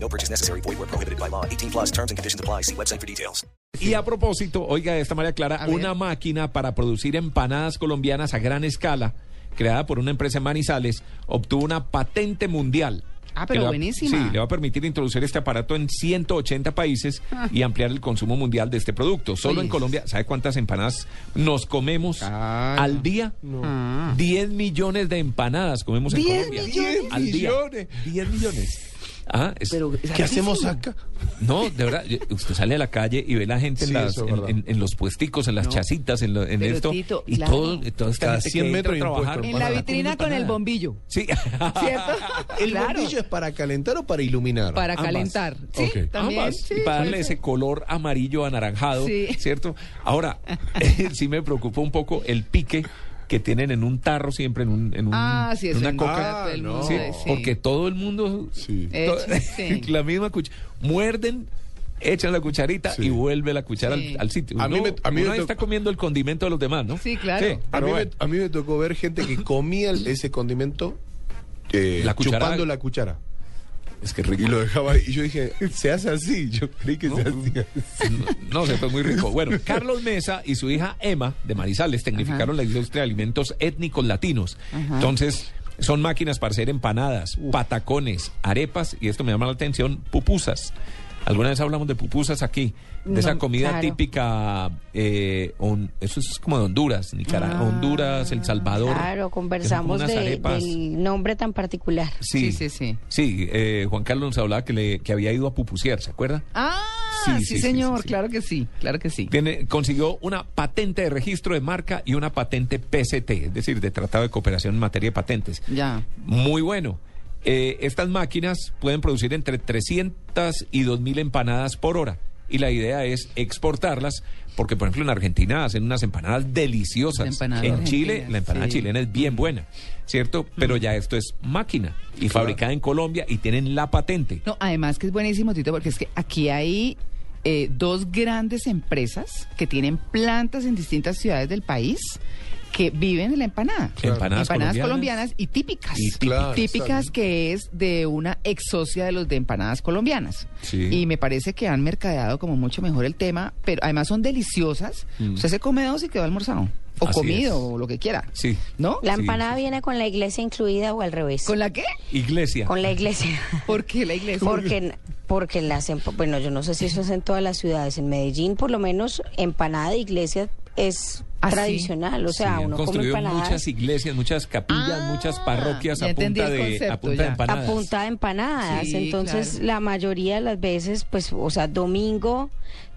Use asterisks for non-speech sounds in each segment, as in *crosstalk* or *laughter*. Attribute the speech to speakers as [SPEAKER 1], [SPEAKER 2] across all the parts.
[SPEAKER 1] No purchase necessary. Void where prohibited by law. 18 plus terms and conditions apply. See website for details.
[SPEAKER 2] Y a propósito, oiga esta María Clara, una máquina para producir empanadas colombianas a gran escala, creada por una empresa en Manizales, obtuvo una patente mundial.
[SPEAKER 3] Ah,
[SPEAKER 2] que
[SPEAKER 3] pero
[SPEAKER 2] le va-
[SPEAKER 3] buenísima.
[SPEAKER 2] Sí, le va a permitir introducir este aparato en 180 países
[SPEAKER 3] Ah.
[SPEAKER 2] y ampliar el consumo mundial de este producto. Solo
[SPEAKER 3] Oye.
[SPEAKER 2] en Colombia, ¿sabe cuántas empanadas nos comemos
[SPEAKER 3] Ah,
[SPEAKER 2] al día? 10 millones de empanadas comemos en
[SPEAKER 3] 10
[SPEAKER 2] Colombia.
[SPEAKER 3] millones.
[SPEAKER 2] Al día. 10 millones. Ah, es-
[SPEAKER 3] Pero,
[SPEAKER 4] ¿Qué hacemos acá?
[SPEAKER 2] no, de verdad, yo- usted sale a la calle y ve la gente en,
[SPEAKER 4] Sí,
[SPEAKER 2] las-
[SPEAKER 4] eso es
[SPEAKER 2] en-
[SPEAKER 4] verdad.
[SPEAKER 2] en- en los puesticos, en las chacitas, en, lo- en
[SPEAKER 3] Pero,
[SPEAKER 2] esto.
[SPEAKER 3] Tito,
[SPEAKER 2] y
[SPEAKER 3] claro.
[SPEAKER 2] todo, toda esta
[SPEAKER 4] Cada
[SPEAKER 2] gente que
[SPEAKER 4] 100
[SPEAKER 2] entra
[SPEAKER 4] metros de
[SPEAKER 2] a trabajar.
[SPEAKER 4] impuestos,
[SPEAKER 3] En la
[SPEAKER 4] Para-
[SPEAKER 3] vitrina con el bombillo,
[SPEAKER 4] *laughs*
[SPEAKER 2] Sí. *laughs*
[SPEAKER 3] ¿cierto?
[SPEAKER 4] ¿El
[SPEAKER 3] Ah, Claro,
[SPEAKER 4] bombillo es para calentar o para iluminar?
[SPEAKER 3] Para
[SPEAKER 2] Ambas.
[SPEAKER 3] calentar. Sí,
[SPEAKER 4] Ok.
[SPEAKER 3] también.
[SPEAKER 2] Ambas.
[SPEAKER 3] sí,
[SPEAKER 2] y para darle
[SPEAKER 3] puede
[SPEAKER 2] ese
[SPEAKER 3] ser.
[SPEAKER 2] color amarillo anaranjado,
[SPEAKER 3] Sí.
[SPEAKER 2] ¿cierto?
[SPEAKER 3] *laughs*
[SPEAKER 2] Ahora, *laughs* sí me preocupa un poco el pique que tienen en un tarro siempre, en, un, en, un-
[SPEAKER 3] Ah, sí,
[SPEAKER 2] en
[SPEAKER 3] eso
[SPEAKER 2] una
[SPEAKER 3] en
[SPEAKER 2] coca.
[SPEAKER 3] todo el mundo,
[SPEAKER 2] Sí,
[SPEAKER 3] eh, sí.
[SPEAKER 2] Porque todo el mundo...
[SPEAKER 4] Sí.
[SPEAKER 3] Eh, sí.
[SPEAKER 2] *laughs* la misma cuchara. Muerden, echan la cucharita
[SPEAKER 4] Sí.
[SPEAKER 2] y vuelve la cuchara
[SPEAKER 3] Sí.
[SPEAKER 2] al, al sitio.
[SPEAKER 4] A mí
[SPEAKER 2] Uno-
[SPEAKER 4] me- a mí me
[SPEAKER 2] uno ahí
[SPEAKER 4] tocó-
[SPEAKER 2] está comiendo el condimento de los demás, ¿no?
[SPEAKER 3] Sí, claro.
[SPEAKER 4] A
[SPEAKER 2] pero
[SPEAKER 4] mí, me,
[SPEAKER 2] bueno.
[SPEAKER 4] a mí me tocó ver gente que comía el- ese condimento eh,
[SPEAKER 2] La cuchara.
[SPEAKER 4] chupando la cuchara.
[SPEAKER 2] Es que
[SPEAKER 4] Y
[SPEAKER 2] rico.
[SPEAKER 4] lo dejaba ahí. Y yo dije, se hace así. Yo creí que se hacía así.
[SPEAKER 2] No, se fue muy rico. Bueno, Carlos Mesa y su hija Emma de Marizales tecnificaron la industria de alimentos étnicos latinos. Entonces, son máquinas para hacer empanadas, patacones, arepas y esto me llama la atención, pupusas. Alguna vez hablamos de pupusas aquí, de
[SPEAKER 3] No,
[SPEAKER 2] esa comida
[SPEAKER 3] claro.
[SPEAKER 2] típica, eh, hon- eso es como de Honduras, Nicaragua, Honduras, El Salvador. que
[SPEAKER 5] Claro,
[SPEAKER 2] son como
[SPEAKER 5] conversamos
[SPEAKER 2] unas
[SPEAKER 5] de-
[SPEAKER 2] arepas.
[SPEAKER 5] del nombre tan particular.
[SPEAKER 2] Sí,
[SPEAKER 3] Sí, sí, sí.
[SPEAKER 2] eh, Juan Carlos nos hablaba que, le, que había ido a pupusear, ¿se acuerda?
[SPEAKER 3] Ah,
[SPEAKER 2] Sí,
[SPEAKER 3] sí,
[SPEAKER 2] sí, sí,
[SPEAKER 3] señor,
[SPEAKER 2] sí, sí.
[SPEAKER 3] claro que sí, claro que sí.
[SPEAKER 2] Tiene- consiguió una patente de registro de marca y una patente PCT, es decir, de Tratado de Cooperación en Materia de Patentes.
[SPEAKER 3] Ya.
[SPEAKER 2] Muy bueno. Eh, estas máquinas pueden producir entre 300 y 2.000 empanadas por hora. Y la idea es exportarlas, porque por ejemplo en Argentina hacen unas empanadas deliciosas.
[SPEAKER 3] Las empanadas
[SPEAKER 2] en Chile,
[SPEAKER 3] argentinas,
[SPEAKER 2] la empanada
[SPEAKER 3] sí.
[SPEAKER 2] chilena es bien buena, ¿cierto? Pero ya esto es máquina y fabricada en Colombia y tienen la patente.
[SPEAKER 3] No, además que es buenísimo, Tito, porque es que aquí hay eh, dos grandes empresas que tienen plantas en distintas ciudades del país que viven de la empanada.
[SPEAKER 2] Claro. Empanadas colombianas.
[SPEAKER 3] colombianas y típicas.
[SPEAKER 2] Y
[SPEAKER 4] claro,
[SPEAKER 3] típicas
[SPEAKER 4] exacto.
[SPEAKER 3] que es de una ex socia de los de empanadas colombianas.
[SPEAKER 2] Sí.
[SPEAKER 3] Y me parece que han mercadeado como mucho mejor el tema, pero además son deliciosas. Usted se come dos y quedó almorzado. O
[SPEAKER 2] Mm. Así
[SPEAKER 3] comido,
[SPEAKER 2] es.
[SPEAKER 3] o lo que quiera.
[SPEAKER 2] Sí.
[SPEAKER 3] ¿No?
[SPEAKER 5] ¿La
[SPEAKER 2] Sí,
[SPEAKER 5] empanada
[SPEAKER 2] sí, sí.
[SPEAKER 5] viene con la iglesia incluida o al revés?
[SPEAKER 3] ¿Con la qué?
[SPEAKER 2] Iglesia.
[SPEAKER 5] Con la iglesia.
[SPEAKER 3] *laughs* ¿Por qué la iglesia?
[SPEAKER 5] Porque, porque las, emp- bueno, yo no sé si eso es en todas las ciudades. En Medellín, por lo menos, empanada de iglesia es
[SPEAKER 3] ¿Ah, sí?
[SPEAKER 5] tradicional. O sea,
[SPEAKER 2] Sí, han
[SPEAKER 5] uno come
[SPEAKER 2] construido
[SPEAKER 5] empanadas
[SPEAKER 2] muchas iglesias, muchas capillas,
[SPEAKER 3] Ah,
[SPEAKER 2] muchas parroquias
[SPEAKER 3] ya
[SPEAKER 2] a
[SPEAKER 3] entendí
[SPEAKER 2] punta
[SPEAKER 3] el
[SPEAKER 2] de a
[SPEAKER 3] concepto,
[SPEAKER 2] punta de
[SPEAKER 3] ya.
[SPEAKER 5] a
[SPEAKER 2] empanadas.
[SPEAKER 5] punta de empanadas.
[SPEAKER 3] Sí,
[SPEAKER 5] Entonces,
[SPEAKER 3] claro.
[SPEAKER 5] la mayoría de las veces, pues, o sea, domingo,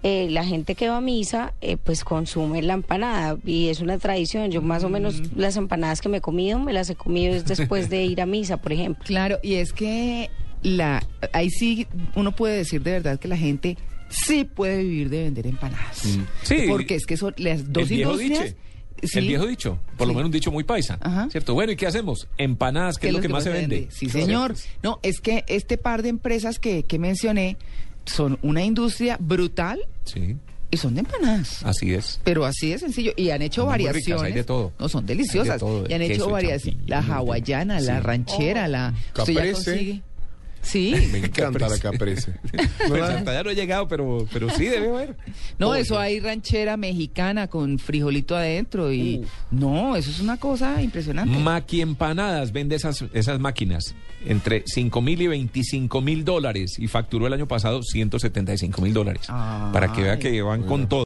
[SPEAKER 5] eh, la gente que va a misa, eh, pues consume la empanada. Y es una tradición. Yo, más o menos, las empanadas que me he comido, me las he comido es después de ir a misa, por ejemplo.
[SPEAKER 3] Claro, y es que la ahí sí uno puede decir de verdad que la gente sí puede vivir de vender empanadas.
[SPEAKER 2] Sí.
[SPEAKER 3] Porque es que son las dos
[SPEAKER 2] el viejo
[SPEAKER 3] industrias.
[SPEAKER 2] dicho. El viejo dicho, por lo
[SPEAKER 3] Sí.
[SPEAKER 2] menos un dicho muy paisa,
[SPEAKER 3] Ajá.
[SPEAKER 2] ¿cierto? Bueno, ¿y qué hacemos? Empanadas, que es lo que, más se vende.
[SPEAKER 3] Sí, señor. No, es que este par de empresas que, que mencioné son una industria brutal
[SPEAKER 2] Sí,
[SPEAKER 3] y son de empanadas.
[SPEAKER 2] así es.
[SPEAKER 3] *laughs* Pero así de sencillo. Y han hecho
[SPEAKER 2] Ah. Son muy ricas,
[SPEAKER 3] variaciones.
[SPEAKER 2] hay de todo.
[SPEAKER 3] No, son
[SPEAKER 2] Hay de
[SPEAKER 3] deliciosas.
[SPEAKER 2] todo,
[SPEAKER 3] y han
[SPEAKER 2] de queso
[SPEAKER 3] hecho
[SPEAKER 2] y
[SPEAKER 3] variaciones. La
[SPEAKER 2] champiñones, de-
[SPEAKER 3] hawaiana, la
[SPEAKER 2] Sí.
[SPEAKER 3] ranchera, la... usted ya
[SPEAKER 4] Caprese.
[SPEAKER 3] consigue.
[SPEAKER 2] *laughs*
[SPEAKER 3] Sí.
[SPEAKER 4] *laughs* Me encanta la caprese.
[SPEAKER 2] Pues
[SPEAKER 4] eh.
[SPEAKER 2] hasta ya no he llegado, pero, pero sí debe haber.
[SPEAKER 3] No,
[SPEAKER 2] Todo.
[SPEAKER 3] eso hay ranchera mexicana con frijolito adentro y no, eso es una cosa impresionante.
[SPEAKER 2] Maqui Empanadas vende esas, esas máquinas entre 5 mil y 25 mil dólares y facturó el año pasado 175 mil dólares. Para que vea
[SPEAKER 3] Ay.
[SPEAKER 2] que van con todo.